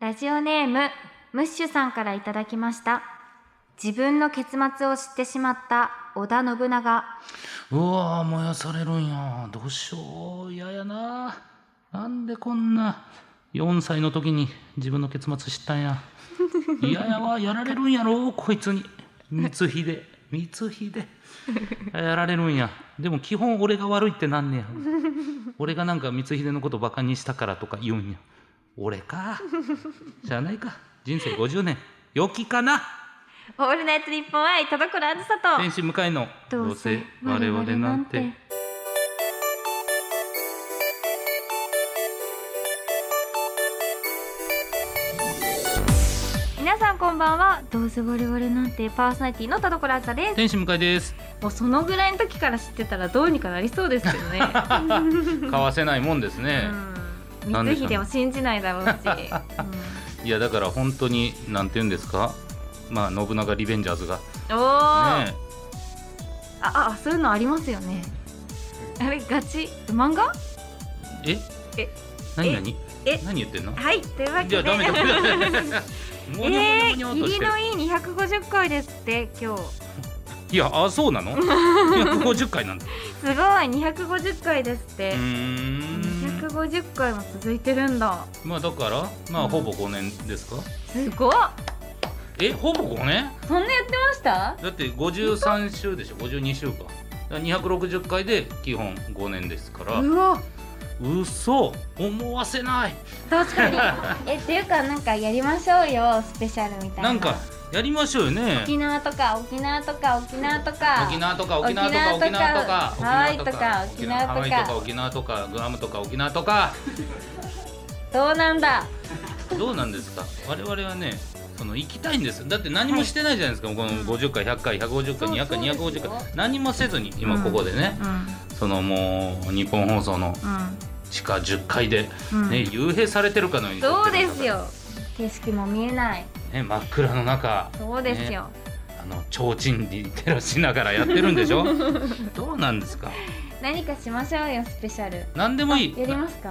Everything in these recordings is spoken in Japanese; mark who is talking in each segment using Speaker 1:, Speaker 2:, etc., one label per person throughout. Speaker 1: ラジオネームムッシュさんからいただきました自分の結末を知ってしまった織田信長
Speaker 2: うわー燃やされるんやどうしよう嫌やななんでこんな4歳の時に自分の結末知ったんや嫌やわやられるんやろこいつに光秀光秀やられるんやでも基本俺が悪いってなんねや俺がなんか光秀のことバカにしたからとか言うんや俺かしゃあないか人生50年良きかな
Speaker 1: オールナイトニッポン愛田所あずさと
Speaker 2: 天使向かいのどうせ我々なんて。
Speaker 1: 皆さんこんばんはどうせ我々なんてパーソナリティの田所あずさです
Speaker 2: 天使向かいです
Speaker 1: もうそのぐらいの時から知ってたらどうにかなりそうですけどね
Speaker 2: 交わせないもんですね、
Speaker 1: うん
Speaker 2: なん
Speaker 1: 光
Speaker 2: でしょう
Speaker 1: 秀を信じないだ ろうし、
Speaker 2: いやだから本当になんて言うんですかまあ信長リベンジャーズがね
Speaker 1: うん、おお、
Speaker 2: え
Speaker 1: ああそういうのありますよねあれガチ漫画
Speaker 2: え
Speaker 1: え
Speaker 2: 何何
Speaker 1: え
Speaker 2: 何言ってんの
Speaker 1: はいというわけ
Speaker 2: じゃ
Speaker 1: で
Speaker 2: あダメだもにょ
Speaker 1: え
Speaker 2: もにょもに
Speaker 1: ー、
Speaker 2: ょもにょっとし
Speaker 1: 霧
Speaker 2: て
Speaker 1: の
Speaker 2: る
Speaker 1: いい250回ですって今日
Speaker 2: いやあそうなの ?150 回なんだ
Speaker 1: すごい250回ですっ
Speaker 2: う
Speaker 1: て
Speaker 2: ー、ん
Speaker 1: 250回も続いてるんだ
Speaker 2: まあだからま
Speaker 1: う
Speaker 2: あ
Speaker 1: ん
Speaker 2: ほぼ5年ですか
Speaker 1: すごっ
Speaker 2: えほぼ5年
Speaker 1: そんなやってました
Speaker 2: だって53週でしょ52週かだから260回で基本5年ですから
Speaker 1: うわ
Speaker 2: 嘘思わせない
Speaker 1: 確かに えっていうかなんかやりましょうよスペシャルみたいな
Speaker 2: なんかやりましょうよね
Speaker 1: 沖縄とか沖縄とか沖縄とか
Speaker 2: 沖縄とか沖
Speaker 1: 沖縄
Speaker 2: 縄とか沖縄
Speaker 1: と
Speaker 2: と
Speaker 1: か
Speaker 2: か
Speaker 1: ハワイとか
Speaker 2: 沖縄ハワイとか沖縄とかグアムとか沖縄と か
Speaker 1: どうなんだ
Speaker 2: どうなんですか我々はねその行きたいんですだって何もしてないじゃないですか、この50回100回150回200回
Speaker 1: そうです
Speaker 2: 250
Speaker 1: よ
Speaker 2: 回何もせずに今ここでね、
Speaker 1: う
Speaker 2: そのもう日本放送の
Speaker 1: ん
Speaker 2: 地下10階で、ね
Speaker 1: うん、うん
Speaker 2: 幽閉されてるかのように
Speaker 1: そうです、よ景色も見えない
Speaker 2: ね、真っ暗の中
Speaker 1: そうですよ、
Speaker 2: あの提灯に照らしながらやってるんで しょどうなんですか
Speaker 1: 何かしましょうよスペシャル
Speaker 2: 何でもいい
Speaker 1: やりますか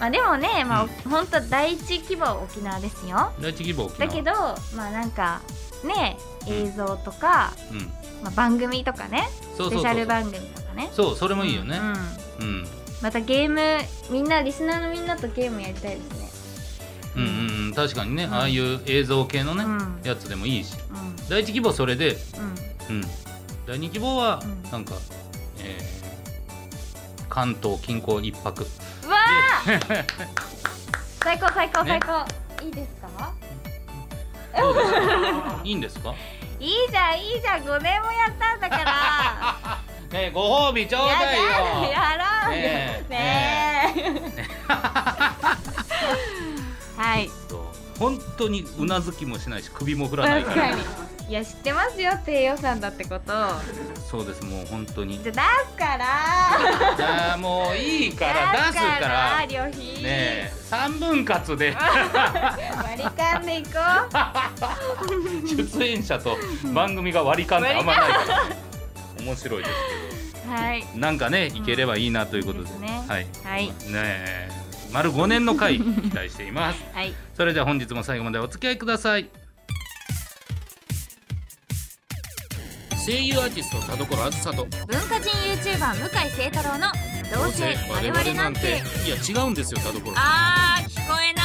Speaker 1: まあでもねまあ、
Speaker 2: うん
Speaker 1: ほんと第一希望沖縄ですよ
Speaker 2: 第一希望沖
Speaker 1: だ
Speaker 2: 縄
Speaker 1: けどまあなんかね映像とか、
Speaker 2: うん
Speaker 1: まあ、番組とかね
Speaker 2: そう
Speaker 1: スペ
Speaker 2: そう
Speaker 1: シ
Speaker 2: そ
Speaker 1: ャル
Speaker 2: う
Speaker 1: 番組とかね
Speaker 2: そうそれもいいよね
Speaker 1: うんうん
Speaker 2: うん、
Speaker 1: またゲームみんなリスナーのみんなとゲームやりたいですね
Speaker 2: うん、うんうん確かにね、ああいう映像系のね、
Speaker 1: うん
Speaker 2: やつでもいいし
Speaker 1: うん
Speaker 2: 第一希望それで、
Speaker 1: うん
Speaker 2: うん、第二希望は
Speaker 1: うん
Speaker 2: なんか、えー関東近郊一泊
Speaker 1: うわあ 最高最高
Speaker 2: ね
Speaker 1: 最高、いいですか
Speaker 2: どうです かいいんですか
Speaker 1: いいじゃんいいじゃん5年もやったんだから
Speaker 2: ねえご褒美ちょう
Speaker 1: や
Speaker 2: だい
Speaker 1: だ
Speaker 2: よ
Speaker 1: やろうよ
Speaker 2: ねえ
Speaker 1: ねえ はい
Speaker 2: そう本当にうなずきもしないし首も振らない
Speaker 1: 確
Speaker 2: か
Speaker 1: からにいや知ってますよ低予算だってことじゃ
Speaker 2: そうですもう本当に
Speaker 1: 出すから
Speaker 2: あーもういいから出
Speaker 1: 出
Speaker 2: すから
Speaker 1: すから旅費、
Speaker 2: ねえ三分割で
Speaker 1: 割り勘で行こ
Speaker 2: 出演者と番組が割り勘ってあんまないから面白いです
Speaker 1: うはい
Speaker 2: けどなんかねいければいいなということで,、
Speaker 1: うんいいですね
Speaker 2: はい、
Speaker 1: はい
Speaker 2: ねえ丸5年の回期待しています
Speaker 1: はい
Speaker 2: それでは本日も最後までお付き合いください声優アーティスト田所あずさと
Speaker 1: 文化人 YouTuber 向井聖太郎の「どうせ我々なんて
Speaker 2: いや違うんですよ田所」
Speaker 1: あー聞こえな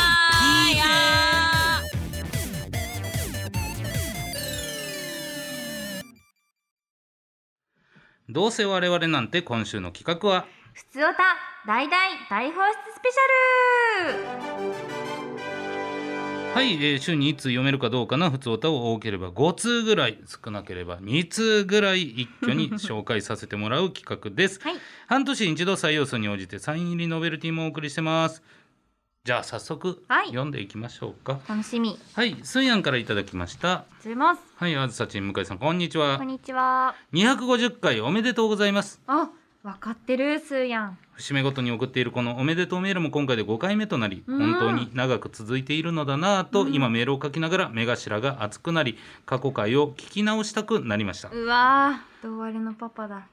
Speaker 1: いあー
Speaker 2: どうせ我々なんて今週の企画は
Speaker 1: ふつおた大大大放出スペシャル、
Speaker 2: はい、えー週に1通読めるかどうかな普通歌を多ければ5通ぐらい少なければ2通ぐらい一挙に紹介させてもらう企画です
Speaker 1: はい
Speaker 2: 半年に一度採用数に応じてサイン入りノベルティもお送りしてますじゃあ早速、
Speaker 1: はい
Speaker 2: 読んでいきましょうか
Speaker 1: 楽しみ
Speaker 2: はいスイアンからいただきました
Speaker 1: つります
Speaker 2: はいあずさちん向井さんこんにちは
Speaker 1: こんにちは
Speaker 2: 250回おめでとうございます
Speaker 1: あ分かってるすーやん
Speaker 2: 節目ごとに送っているこのおめでとうメールも今回で5回目となり
Speaker 1: うん
Speaker 2: 本当に長く続いているのだなぁと今メールを書きながら目頭が熱くなり過去回を聞き直したくなりました
Speaker 1: うわーどうわれのパパだ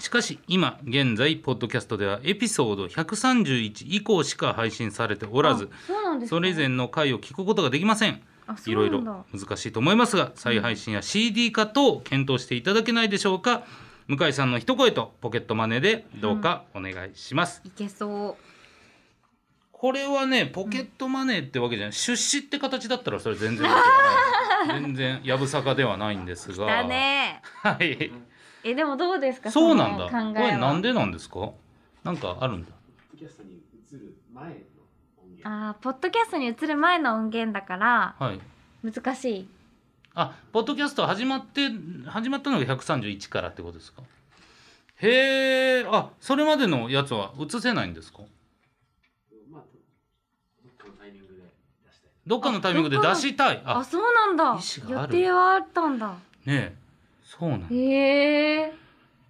Speaker 2: しかし今現在ポッドキャストではエピソード131以降しか配信されておらず
Speaker 1: あそうなんですか
Speaker 2: それ以前の回を聞くことができません
Speaker 1: あそ
Speaker 2: いうろい
Speaker 1: な
Speaker 2: ろ
Speaker 1: んだ
Speaker 2: 難しいと思いますが再配信や CD 化等を検討していただけないでしょうか向井さんの一声とポケットマネーでどうかお願いします、
Speaker 1: いけそう
Speaker 2: これはねポケットマネーってわけじゃない出資って形だったらそれ全然 全然やぶさかではないんですが
Speaker 1: だね
Speaker 2: はい
Speaker 1: えでもどうですか
Speaker 2: そうなんだ
Speaker 1: その考
Speaker 2: こ
Speaker 1: え
Speaker 2: れ
Speaker 1: は
Speaker 2: なんでなんですかなんかあるんだ
Speaker 3: ポッドキャストに移る前の音源
Speaker 1: あーポッドキャストに移る前の音源だから
Speaker 2: はい
Speaker 1: 難しい
Speaker 2: あポッドキャスト始まって始まったのが131からってことですかへえあそれまでのやつは映せないんですか
Speaker 3: まあどっかのタイミングで出したい
Speaker 2: どっかのタイミングで出したい
Speaker 1: あ
Speaker 2: あ
Speaker 1: そうなんだ
Speaker 2: 意思があ
Speaker 1: 予
Speaker 2: る
Speaker 1: 定はあったんだ
Speaker 2: ねえそうなんだ
Speaker 1: へえ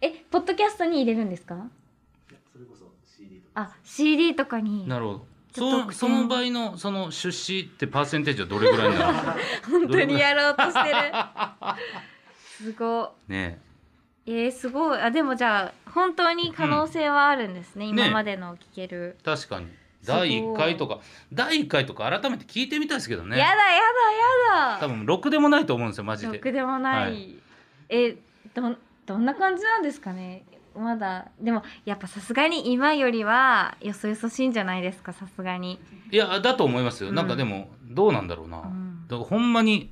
Speaker 1: えポッドキャストに入れるんですか
Speaker 3: いやそれこそ CD とか
Speaker 1: あ CD とかに
Speaker 2: なるほど
Speaker 1: ちょっと
Speaker 2: そ
Speaker 1: 苦戦
Speaker 2: その場合のその出資ってパーセンテージはどれぐらいになるんですか
Speaker 1: 本当にやろうとしてる すご
Speaker 2: ね
Speaker 1: いえー、すごいあでもじゃあ本当に可能性はあるんですね、
Speaker 2: んね
Speaker 1: 今までのを聞ける、
Speaker 2: え確かに第1回とか第1回とか改めて聞いてみたいですけどね
Speaker 1: やだやだや
Speaker 2: 多
Speaker 1: だ
Speaker 2: 分ろくでもないと思うんですよマジ
Speaker 1: ろ
Speaker 2: で
Speaker 1: くでもない、
Speaker 2: はい
Speaker 1: えどんどんな感じなんですかねまだでもやっぱさすがに今よりはよそよそしいんじゃないですかさすが に、
Speaker 2: いやだと思いますよ、
Speaker 1: うん
Speaker 2: なんかでもどうなんだろうな、
Speaker 1: うん
Speaker 2: だからほんまに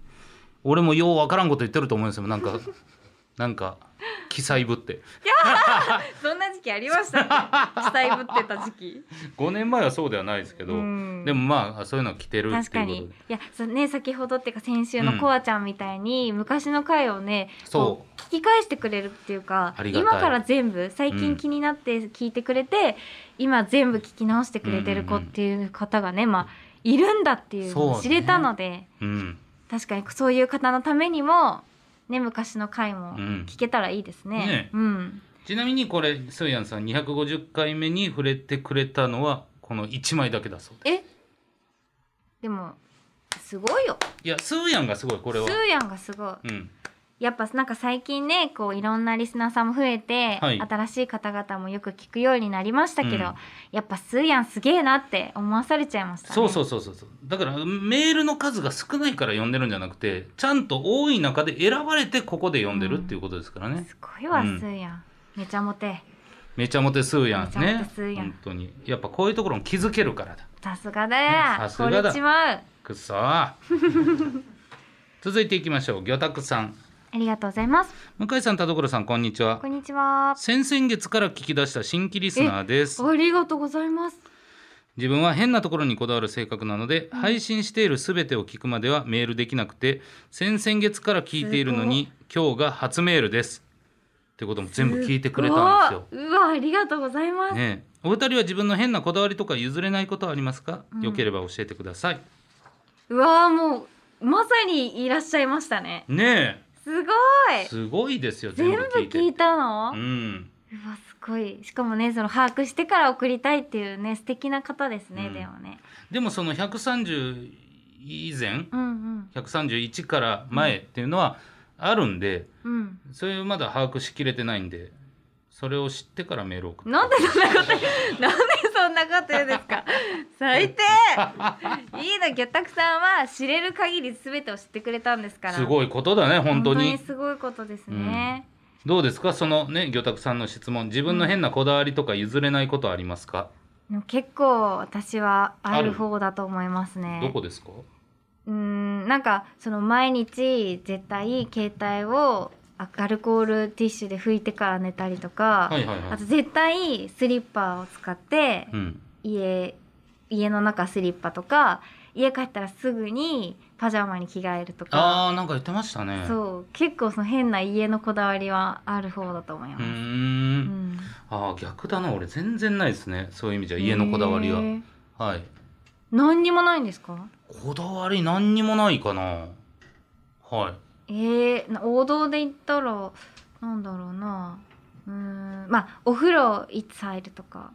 Speaker 2: 俺もようわからんこと言ってると思うんですよなんかなんか記載ぶって
Speaker 1: そんな時期ありました ね伝えぶってた時期
Speaker 2: 5年前はそうではないですけど、
Speaker 1: うん
Speaker 2: でもまあそういうのは来てるっ
Speaker 1: 確
Speaker 2: てい
Speaker 1: か
Speaker 2: うこ
Speaker 1: に
Speaker 2: と
Speaker 1: い
Speaker 2: で
Speaker 1: やそうね先ほどっていうか先週
Speaker 2: うん
Speaker 1: のコアちゃんみたいに、昔の回をね
Speaker 2: そ
Speaker 1: こう聞き返してくれるっていうか
Speaker 2: ありがたい
Speaker 1: 今から全部最近気になって聞いてくれて、今全部聞き直してくれてる子っていう方がね、まあいるんだっていう
Speaker 2: そう
Speaker 1: の
Speaker 2: ね
Speaker 1: を知れたので、
Speaker 2: う、うん、
Speaker 1: 確かにそういう方のためにもね昔の回も
Speaker 2: うん
Speaker 1: 聞けたらいいですね。
Speaker 2: ね
Speaker 1: うん
Speaker 2: ちなみにこれスーヤンさん250回目に触れてくれたのはこの1枚だけだそうで
Speaker 1: えでもすごいよ
Speaker 2: いやスーヤンがすごいこ
Speaker 1: ス
Speaker 2: れは、
Speaker 1: ーヤンがすごい。
Speaker 2: うん、
Speaker 1: やっぱなんか最近ねこういろんなリスナーさんも増えて、
Speaker 2: はい
Speaker 1: 新しい方々もよく聞くようになりましたけど、
Speaker 2: うん
Speaker 1: やっぱスーヤンすげえなって思わされちゃいましたね。
Speaker 2: そうそうそうそうそうだからメールの数が少ないから読んでるんじゃなくてちゃんと多い中で選ばれてここで読んでるっていうことですからね、
Speaker 1: すごいわ、
Speaker 2: うん
Speaker 1: スーヤンめちゃモテ
Speaker 2: めちゃモテスーヤン
Speaker 1: めちゃモ
Speaker 2: ね
Speaker 1: テスーヤン
Speaker 2: 本当にやっぱこういうところも気づけるからだ
Speaker 1: さすがだ
Speaker 2: さ
Speaker 1: よ
Speaker 2: す
Speaker 1: こ
Speaker 2: がだ
Speaker 1: れちまう
Speaker 2: くっそー 続いていきましょう魚拓さん
Speaker 1: ありがとうございます
Speaker 2: 向井さん田所さんこんにちは
Speaker 1: こんにちは
Speaker 2: 先々月から聞き出した新規リスナーです
Speaker 1: ありがとうございます
Speaker 2: 自分は変なところにこだわる性格なので、配信しているすべてを聞くまではメールできなくて先々月から聞いているのに今日が初メールですってことも全部聞いてくれたんですよ
Speaker 1: すごいうわありがとうございます、
Speaker 2: ねえ、お二人は自分の変なこだわりとか譲れないことはありますか、良ければ教えてくださいう
Speaker 1: わあもうまさにいらっしゃいましたね
Speaker 2: ね
Speaker 1: すご
Speaker 2: え
Speaker 1: い
Speaker 2: すごいですよ全
Speaker 1: 全
Speaker 2: 部
Speaker 1: 部
Speaker 2: 聞いて
Speaker 1: 聞いたの、
Speaker 2: うん
Speaker 1: うわすごいしかもねその把握してから送りたいっていうね素敵な方ですね、
Speaker 2: うん
Speaker 1: でもね
Speaker 2: でもその130以前
Speaker 1: うんうん
Speaker 2: 131から前っていうのはあるんで、
Speaker 1: うん
Speaker 2: それまだ把握しきれてないんでそれを知ってからメールを送って
Speaker 1: なんでそんな こと言うなんでそんなこと言うんですか最 低いいのギャタクさんは知れる限り全てを知ってくれたんですから
Speaker 2: す
Speaker 1: い
Speaker 2: ごいことだね本当に
Speaker 1: すごいことですね、
Speaker 2: どうですかそのね魚拓さんの質問自分の変なこだわりとか譲れないことはありますか、
Speaker 1: でも結構私はあ
Speaker 2: ある
Speaker 1: る方だと思いますね
Speaker 2: どこですか
Speaker 1: うーんなんかその毎日絶対携帯をあアルコールティッシュで拭いてから寝たりとか、
Speaker 2: はいはいは
Speaker 1: あ
Speaker 2: い
Speaker 1: と絶対スリッパを使って
Speaker 2: うん
Speaker 1: 家家の中スリッパとか家帰ったらすぐにパジャマに着替えるとか
Speaker 2: あーなんか言ってましたねう
Speaker 1: そう結構その変な家のこだわりはある方だと思いま
Speaker 2: ー
Speaker 1: す。
Speaker 2: ん
Speaker 1: うん
Speaker 2: あー逆だな俺全然ないですねそういう意味じゃ家のこだわりは、
Speaker 1: へー
Speaker 2: はい
Speaker 1: 何にもないんですか
Speaker 2: こだわり何にもないかなは
Speaker 1: え
Speaker 2: い
Speaker 1: ー、な王道で言ったらなんだろうなうーんまあお風呂いつ入るとか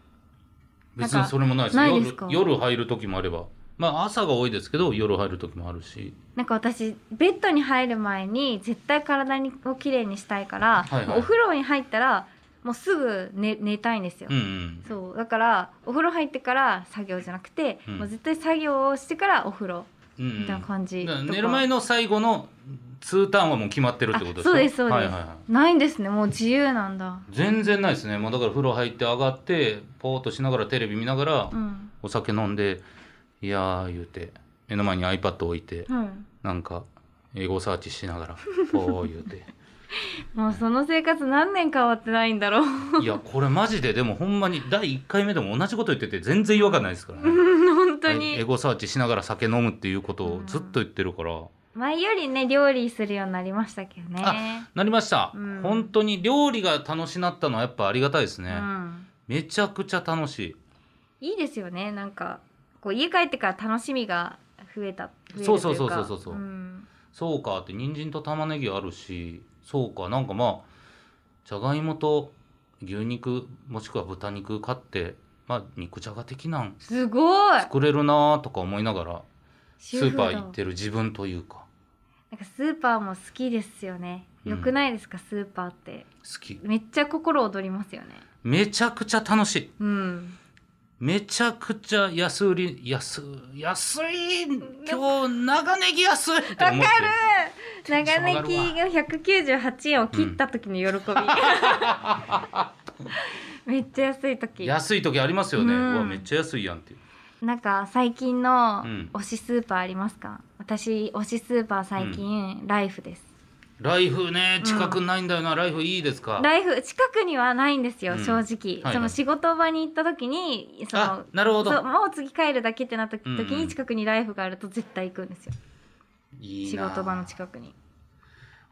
Speaker 1: なん
Speaker 2: 別
Speaker 1: か
Speaker 2: にそれもないです
Speaker 1: ないですか
Speaker 2: 夜夜入る時もあればまあ朝が多いですけど夜入る時もあるし
Speaker 1: なんか私ベッドに入る前に絶対体にをきれいにしたいから、
Speaker 2: はいはい
Speaker 1: もうお風呂に入ったらもうすぐ寝寝たいんですよ、
Speaker 2: うんうん
Speaker 1: そうだからお風呂入ってから作業じゃなくて、
Speaker 2: うん
Speaker 1: もう絶対作業をしてからお風呂
Speaker 2: うんうん
Speaker 1: みたいな感じ
Speaker 2: だ
Speaker 1: と
Speaker 2: か
Speaker 1: か、
Speaker 2: ら寝る前の最後の2ターンはもう決まってるってことですか
Speaker 1: あそうですそうです、
Speaker 2: はいはいはい
Speaker 1: ないんですねもう自由なんだ
Speaker 2: 全然ないですねもうだから風呂入って上がってポーっとしながらテレビ見ながら
Speaker 1: うん
Speaker 2: お酒飲んでいやー言うて目の前に iPad 置いて
Speaker 1: はい
Speaker 2: なんか英語サーチしな がらポー言うて
Speaker 1: もうその生活何年変わってないんだろう
Speaker 2: いやこれマジででもほんまに第1回目でも同じこと言ってて全然違和感ないですからね
Speaker 1: 本当
Speaker 2: エ
Speaker 1: に
Speaker 2: ゴサーチしながら酒飲むっていうことをずっと言ってるから、
Speaker 1: 前よりね料理するようになりましたけどね
Speaker 2: なりました、
Speaker 1: うん
Speaker 2: 本当に料理が楽しなったのはやっぱありがたいですね、
Speaker 1: うん
Speaker 2: めちゃくちゃ楽しい
Speaker 1: いいですよねなんかこう家帰ってから楽しみが増えた増えるとい
Speaker 2: そうそうそうそうそうそう
Speaker 1: うん
Speaker 2: そうかって人参と玉ねぎあるしそうかなんかまあじゃがいもと牛肉もしくは豚肉買ってまあ肉じゃが的なん
Speaker 1: すごい
Speaker 2: 作れるなとか思いながらス
Speaker 1: 主婦
Speaker 2: ー
Speaker 1: だ
Speaker 2: パー行ってる自分というか
Speaker 1: なんかスーパーも好きですよね
Speaker 2: うん
Speaker 1: よくないですか、スーパーって
Speaker 2: 好き
Speaker 1: めっちゃ心躍りますよね
Speaker 2: めちゃくちゃ楽しい
Speaker 1: うん
Speaker 2: めちゃくちゃ安売り安安い今日長ネギ安いって
Speaker 1: わか
Speaker 2: 思
Speaker 1: る
Speaker 2: って
Speaker 1: 長
Speaker 2: 上が
Speaker 1: ネ
Speaker 2: る
Speaker 1: ギが198円を切った時の喜び、 めっちゃ安い時
Speaker 2: 安い時ありますよね、う
Speaker 1: うん
Speaker 2: わめっちゃ安いやんっていう
Speaker 1: なんか最近の
Speaker 2: うん
Speaker 1: 推しスーパーありますか、私推しスーパー最近、ライフです
Speaker 2: ライフね近くないんだよな、ライフいいですか
Speaker 1: ライフ近くにはないんですよ、
Speaker 2: うん
Speaker 1: 正直、
Speaker 2: はいはい
Speaker 1: その仕事場に行った時にそ
Speaker 2: あ
Speaker 1: の
Speaker 2: なるほ
Speaker 1: そう
Speaker 2: ど
Speaker 1: もう次帰るだけってなった時
Speaker 2: うんうん
Speaker 1: に近くにライフがあると絶対行くんですよ、
Speaker 2: いい
Speaker 1: 仕
Speaker 2: な
Speaker 1: 事場の近くに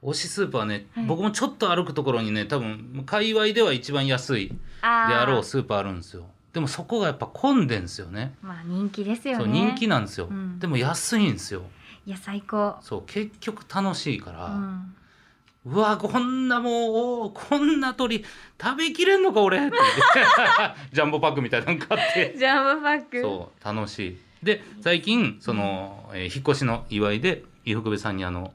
Speaker 2: 推しスーパーね、
Speaker 1: はい
Speaker 2: 僕もちょっと歩くところにね多分界隈では一番安いで
Speaker 1: あー
Speaker 2: あろうスーパーあるんですよでもそこがやっぱ混んでんですよね
Speaker 1: まあ人気ですよ
Speaker 2: そ
Speaker 1: ね
Speaker 2: う人気なんですよ、
Speaker 1: うん
Speaker 2: でも安いんですよ
Speaker 1: いや最高
Speaker 2: そう結局楽しいか
Speaker 1: う
Speaker 2: ら、
Speaker 1: ん
Speaker 2: うわこんなもうおーこんな鳥食べきれんのか 俺って言ってジャンボパックみたいなの買って
Speaker 1: ジャンボパック
Speaker 2: そう楽しいで最近その、えー引っ越しの祝いで伊福部さんにあの、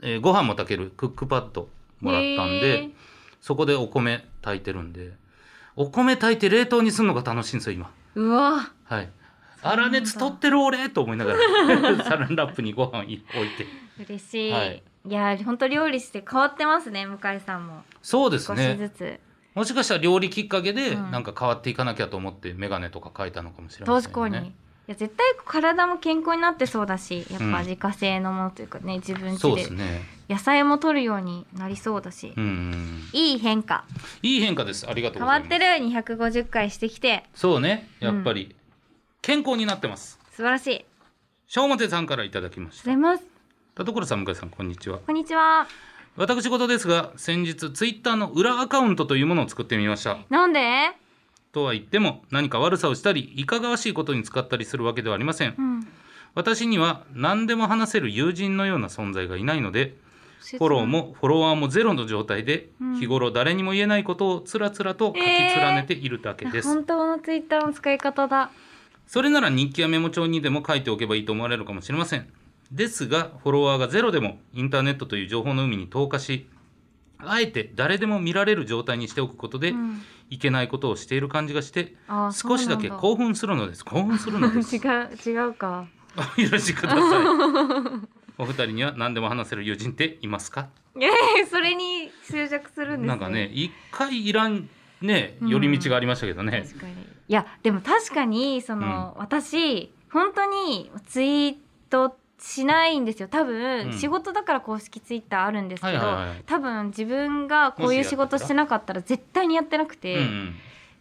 Speaker 2: えーご飯も炊けるクックパッドもらったん
Speaker 1: へ
Speaker 2: で
Speaker 1: ー
Speaker 2: そこでお米炊いてるんでお米炊いて冷凍にするのが楽しいんですよ今
Speaker 1: うわ
Speaker 2: はい
Speaker 1: うなんだ
Speaker 2: 粗熱取ってる俺と思いながら サランラップにご飯置いて
Speaker 1: 嬉しい、
Speaker 2: はい
Speaker 1: い、や本当料理して変わってますね向井さんも
Speaker 2: そうです
Speaker 1: 少
Speaker 2: ね
Speaker 1: しずつ、
Speaker 2: もしかしたら料理きっかけで
Speaker 1: うん
Speaker 2: なんか変わっていかなきゃと思って眼鏡とか変えたのかもしれませ
Speaker 1: 確
Speaker 2: ん
Speaker 1: か
Speaker 2: よ
Speaker 1: に、
Speaker 2: ね。
Speaker 1: いや絶対体も健康になってそうだしやっぱ
Speaker 2: うん
Speaker 1: 自家製のものというかね、自分
Speaker 2: そう
Speaker 1: 家
Speaker 2: です
Speaker 1: で
Speaker 2: ね。
Speaker 1: 野菜も取るようになりそうだし、
Speaker 2: うんうん。
Speaker 1: いい変化
Speaker 2: いい変化です。ありがとう
Speaker 1: 変
Speaker 2: ご
Speaker 1: わ
Speaker 2: ざい
Speaker 1: っ
Speaker 2: ます。
Speaker 1: てる250回してきて
Speaker 2: そうね。やっぱり健康になってます。
Speaker 1: 素晴らしい
Speaker 2: 小松さんからいただきまし
Speaker 1: ござ
Speaker 2: た。
Speaker 1: います
Speaker 2: 田所さん、向井さん、こんにちは。
Speaker 1: こんにちは
Speaker 2: 私事ですが、先日ツイッターの裏アカウントというものを作ってみました。
Speaker 1: なんで
Speaker 2: とは言っても何か悪さをしたりいかがわしいことに使ったりするわけではありません
Speaker 1: う。ん
Speaker 2: 私には何でも話せる友人のような存在がいないので。フォローもフォロワーもゼロの状態で
Speaker 1: うん
Speaker 2: 日頃誰にも言えないことをつらつらと書き連ねているだけです、
Speaker 1: 本当のツイッターの使い方だ
Speaker 2: それなら日記やメモ帳にでも書いておけばいいと思われるかもしれませんですがフォロワーがゼロでもインターネットという情報の海に投下しあえて誰でも見られる状態にしておくことで、
Speaker 1: うん
Speaker 2: いけないことをしている感じがして
Speaker 1: あー
Speaker 2: 少しだけ
Speaker 1: そう
Speaker 2: 興奮するのです興奮するのです
Speaker 1: なんだ 違う違うか
Speaker 2: お許しくださいお二人には何でも話せる友人っていますか
Speaker 1: えそれに執着するんです
Speaker 2: なんかね一回いらんね寄り道がありましたけどね、
Speaker 1: 確かにいやでも確かにその、私本当にツイートしないんですよ多分、
Speaker 2: うん
Speaker 1: 仕事だから公式ツイッターあるんですけど、
Speaker 2: はいはいはい
Speaker 1: 多分自分がこういう仕事してなかったら絶対にやってなく
Speaker 2: う
Speaker 1: て、
Speaker 2: んうん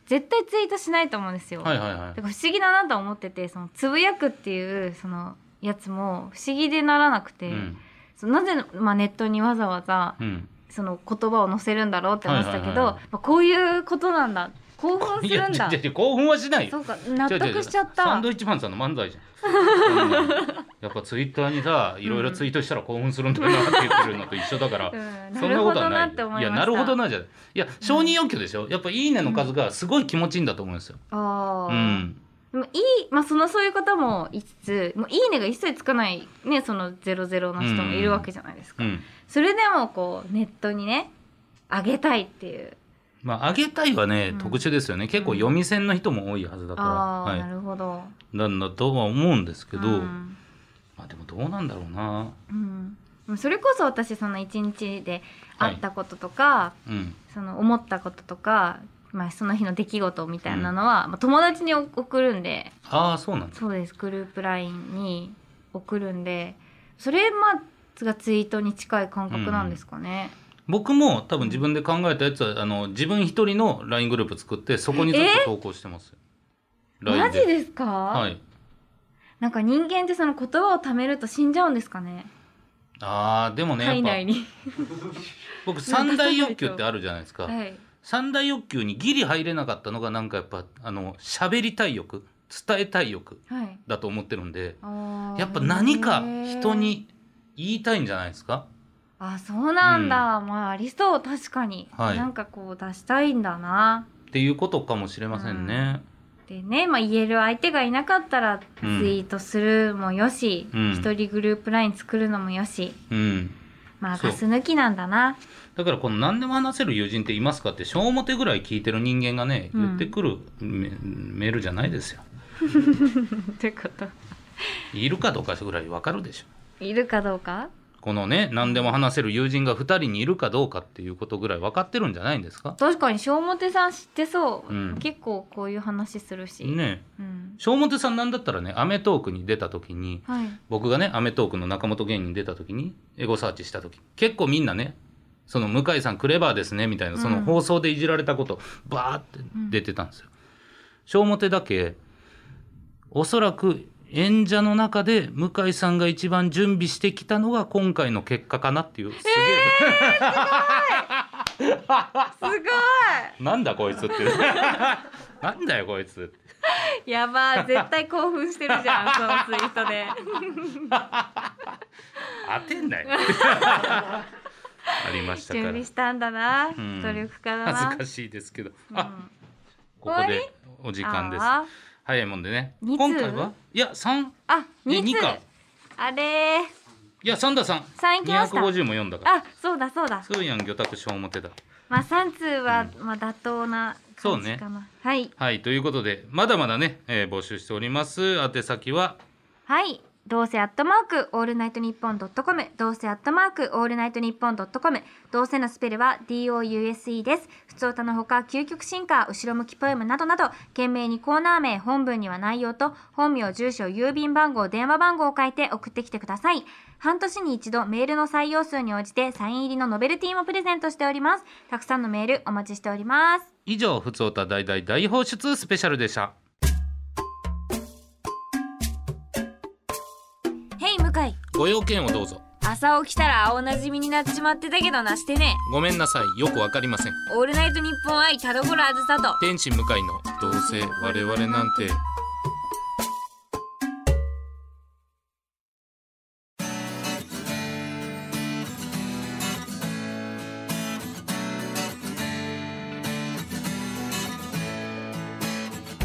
Speaker 1: 絶対ツイートしないと思うんですよ、
Speaker 2: はいはい
Speaker 1: だ
Speaker 2: は
Speaker 1: から不思議だなとは思っててそのつぶやくっていうそのやつも不思議でならなく
Speaker 2: い、
Speaker 1: て、
Speaker 2: うん
Speaker 1: そのなぜ、まあ、ネットにわざわざ
Speaker 2: うん、
Speaker 1: その言葉を載せるんだろうって思ってたけど、
Speaker 2: はいはいはいはい
Speaker 1: まあ、こういうことなんだ興奮す
Speaker 2: いや
Speaker 1: るん
Speaker 2: い
Speaker 1: だ
Speaker 2: やいや興奮はしない
Speaker 1: そ
Speaker 2: よ
Speaker 1: うか納得しちゃっ
Speaker 2: 違う違う違うサ
Speaker 1: た
Speaker 2: ンドイッチマンさんの漫才じゃんうんやっぱツイッターにさいろいろツイートしたら興奮するんだよなって言ってるのと一緒だから、
Speaker 1: うんな
Speaker 2: そ
Speaker 1: ん
Speaker 2: な
Speaker 1: る
Speaker 2: こ
Speaker 1: ほ
Speaker 2: とは
Speaker 1: ど
Speaker 2: な
Speaker 1: ないって思
Speaker 2: い
Speaker 1: いました
Speaker 2: やなるほどなじゃないいや承認欲求でしょやっぱ「いいね」の数がすごい気持ちいいんだと思うんですよ、
Speaker 1: あ
Speaker 2: う
Speaker 1: あ、
Speaker 2: ん、
Speaker 1: でもいいまあそのそういう方もいつつもういいねが一切つかないねそのゼロゼロの人もいるわけじゃないです
Speaker 2: う
Speaker 1: か、
Speaker 2: ん、
Speaker 1: それでもこうネットにね上げたいっていう
Speaker 2: まあ、あげたいはね、
Speaker 1: うん
Speaker 2: 特殊ですよね。結構読み線の人も多いはずだから、
Speaker 1: ああ、
Speaker 2: はい
Speaker 1: な、るほど。
Speaker 2: なんだとは思うんですけど、
Speaker 1: うん
Speaker 2: まあでもどうなんだろうな。
Speaker 1: うんでもそれこそ私その一日であったこととか、
Speaker 2: うん、
Speaker 1: その思ったこととか、まあ、その日の出来事みたいなのは、まあ、友達に送るんで
Speaker 2: ああ、そうなんだ。
Speaker 1: そうですグループ LINE に送るんでそれまあがツイートに近い感覚なんですかね。
Speaker 2: 僕も多分自分で考えたやつは、あの自分一人の LINE グループ作って、そこにずっと投稿してますよ。
Speaker 1: マ
Speaker 2: LINE
Speaker 1: ジですか、
Speaker 2: はい。
Speaker 1: なんか人間ってその言葉を貯めると死んじゃうんですかね
Speaker 2: ああ、でもね、
Speaker 1: 体
Speaker 2: や
Speaker 1: 内
Speaker 2: っぱ
Speaker 1: に。
Speaker 2: 僕三大欲求ってあるじゃないですか。
Speaker 1: はい、
Speaker 2: 三大欲求にギリ入れなかったのがなんかやっぱあの喋りたい欲伝えたい欲
Speaker 1: はい、
Speaker 2: だと思ってるんで
Speaker 1: あー
Speaker 2: やっぱ何か人に言いたいんじゃないですか
Speaker 1: あそうなんだ、まあありそう確かに、
Speaker 2: はい
Speaker 1: なんかこう出したいんだな
Speaker 2: っていうことかもしれませんね。
Speaker 1: でね、まあ、言える相手がいなかったらツイ
Speaker 2: うん
Speaker 1: ートするもよし
Speaker 2: うん
Speaker 1: 一、人グループ LINE 作るのもよし
Speaker 2: うん、
Speaker 1: まあ
Speaker 2: そう
Speaker 1: ガス抜きなんだな
Speaker 2: だからこの何でも話せる友人っていますかって小表ぐらい聞いてる人間がね
Speaker 1: うん
Speaker 2: 言ってくるメ,、メールじゃないですよ。
Speaker 1: ということ
Speaker 2: いるかどうかぐらいわかるでしょ。
Speaker 1: いるかどうか
Speaker 2: このね何でも話せる友人が2人にいるかどうかっていうことぐらい分かってるんじゃないんですか
Speaker 1: 確かに小表さん知ってそう、
Speaker 2: うん
Speaker 1: 結構こういう話するし、
Speaker 2: ねえ
Speaker 1: うん、
Speaker 2: 小本さんなんだったらね『アメトーーク』に出た時に
Speaker 1: はい
Speaker 2: 僕がね『アメトーーク』の中本芸人に出た時にエゴサーチした時結構みんなねその向井さんクレバーですねみたいなその
Speaker 1: うん
Speaker 2: 放送でいじられたこと、バーって出てたんですよ。小表だけおそらく演者の中で向井さんが一番準備してきたのが今回の結果かなっていうすげえ、
Speaker 1: すごい
Speaker 2: なんだこいつって なんだよこいつ
Speaker 1: やばー絶対興奮してるじ ゃんそのツイートで
Speaker 2: 当て んなよありましたか
Speaker 1: 準
Speaker 2: ら
Speaker 1: 備したんだな、
Speaker 2: ん
Speaker 1: 努力家だな
Speaker 2: 恥ずかしいですけど、あ
Speaker 1: うん
Speaker 2: ここでお時間です
Speaker 1: あ
Speaker 2: 早いもんでね
Speaker 1: 二通
Speaker 2: 今回はいや三
Speaker 1: ーあ
Speaker 2: え
Speaker 1: 2
Speaker 2: 二
Speaker 1: 通
Speaker 2: か
Speaker 1: あれー
Speaker 2: いや三だ三
Speaker 1: 三行きました
Speaker 2: 250も読んだから
Speaker 1: あそうだそうだ
Speaker 2: すごいやん魚拓小表だ
Speaker 1: まあ三通は、まあ妥当な感じかな、はい
Speaker 2: はいということでまだまだね、えー、募集しております宛先は
Speaker 1: はいどうせアットマークオールナイトニッポンドットコムどうせアットマークオールナイトニッポンドットコムどうせのスペルは DOUSE です普通歌のほか究極進化後ろ向きポエムなどなど懸命にコーナー名本文には内容と本名住所郵便番号電話番号を書いて送ってきてください半年に一度メールの採用数に応じてサイン入りのノベルティもプレゼントしておりますたくさんのメールお待ちしております
Speaker 2: 以上「ふつおた大大大放出スペシャル」でした
Speaker 1: へい向井
Speaker 2: ご用件をどうぞ
Speaker 1: 朝起きたら青なじみになっちまってたけどなしてね
Speaker 2: ごめんなさいよくわかりません
Speaker 1: オールナイトニッポン愛田所あずさと
Speaker 2: 天使向かいの「どうせ我々なんて」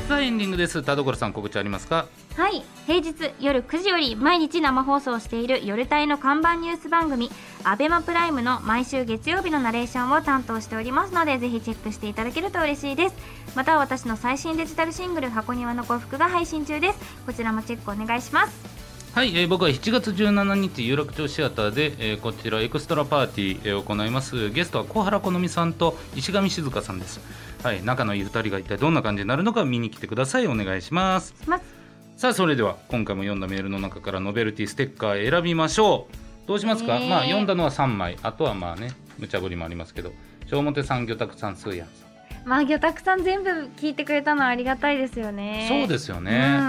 Speaker 2: さあエンディングです田所さん告知ありますか
Speaker 1: はい平日夜9時より毎日生放送している夜帯の看板ニュース番組アベマプライムの毎週月曜日のナレーションを担当しておりますのでぜひチェックしていただけると嬉しいですまた私の最新デジタルシングル箱庭の幸福が配信中ですこちらもチェックお願いします
Speaker 2: はい、えー僕は7月17日有楽町シアターで、えーこちらエクストラパーティー、えー行いますゲストは小原好美さんと石上静香さんですはい仲のいい2人が一体どんな感じになるのか見に来てくださいお願いします
Speaker 1: します
Speaker 2: さあそれでは今回も読んだメールの中からノベルティステッカー選びましょうどうしますか、
Speaker 1: えー
Speaker 2: まあ読んだのは3枚あとはまあね無茶ぶりもありますけど小表さん魚拓さんスーヤンさん、
Speaker 1: まあ魚拓さん全部聞いてくれたのはありがたいですよね
Speaker 2: そうですすよね、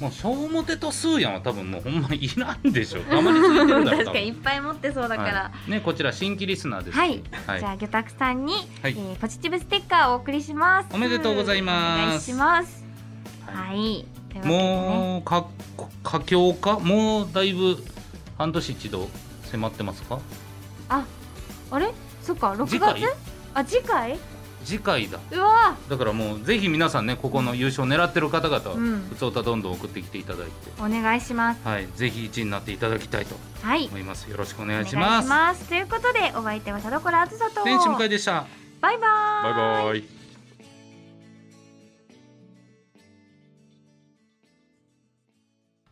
Speaker 2: もう小表とスーヤンは多分もうほんまいらんでしょたまりついて
Speaker 1: う
Speaker 2: る
Speaker 1: ん、
Speaker 2: だ ろ
Speaker 1: 確
Speaker 2: う
Speaker 1: か
Speaker 2: 多分
Speaker 1: にいっぱい持ってそうだから、
Speaker 2: はい、ねこちら新規リスナーです、
Speaker 1: はい、
Speaker 2: はい
Speaker 1: じゃあ魚拓さんに、
Speaker 2: はい
Speaker 1: えーポジティブステッカーをお送りします
Speaker 2: おめでとうございます
Speaker 1: お願いします
Speaker 2: は
Speaker 1: はい、というわけでね
Speaker 2: もうか佳境かもうだいぶ半年一度迫ってますか
Speaker 1: ああれそっか6月
Speaker 2: 次回
Speaker 1: あ次回
Speaker 2: 次回だ
Speaker 1: うわ
Speaker 2: だからもうぜひ皆さんねここの優勝狙ってる方々は、
Speaker 1: うん
Speaker 2: ふつおたどんどん送ってきていただいて
Speaker 1: お願いします
Speaker 2: はいぜひ1位になっていただきたいと
Speaker 1: はい
Speaker 2: 思いますよろしくお
Speaker 1: お
Speaker 2: 願いします
Speaker 1: ということでお相手は田所あずさと
Speaker 2: 天使向井でした
Speaker 1: バイバイバイバーイ
Speaker 4: バイバイ。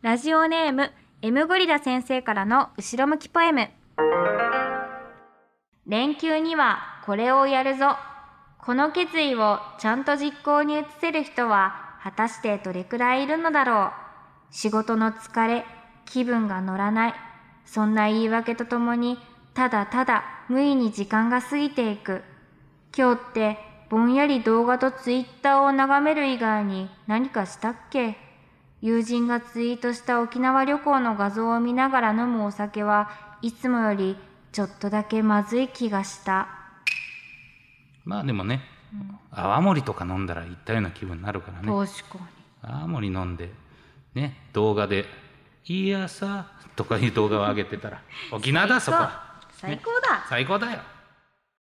Speaker 1: ラジオネーム M ゴリラ先生からの後ろ向きポエム連休にはこれをやるぞこの決意をちゃんと実行に移せる人は果たしてどれくらいいるのだろう仕事の疲れ気分が乗らないそんな言い訳とともにただただ無意に時間が過ぎていく今日ってぼんやり動画とツイッターを眺める以外に何かしたっけ友人がツイートした沖縄旅行の画像を見ながら飲むお酒はいつもよりちょっとだけまずい気がした。
Speaker 2: まあでもね、泡盛とか飲んだら行ったような気分になるからね
Speaker 1: 確か
Speaker 2: 泡盛飲んでね動画で「いい朝」とかいう動画を上げてたら「沖縄だそこは
Speaker 1: 最高だ。
Speaker 2: 最高だよ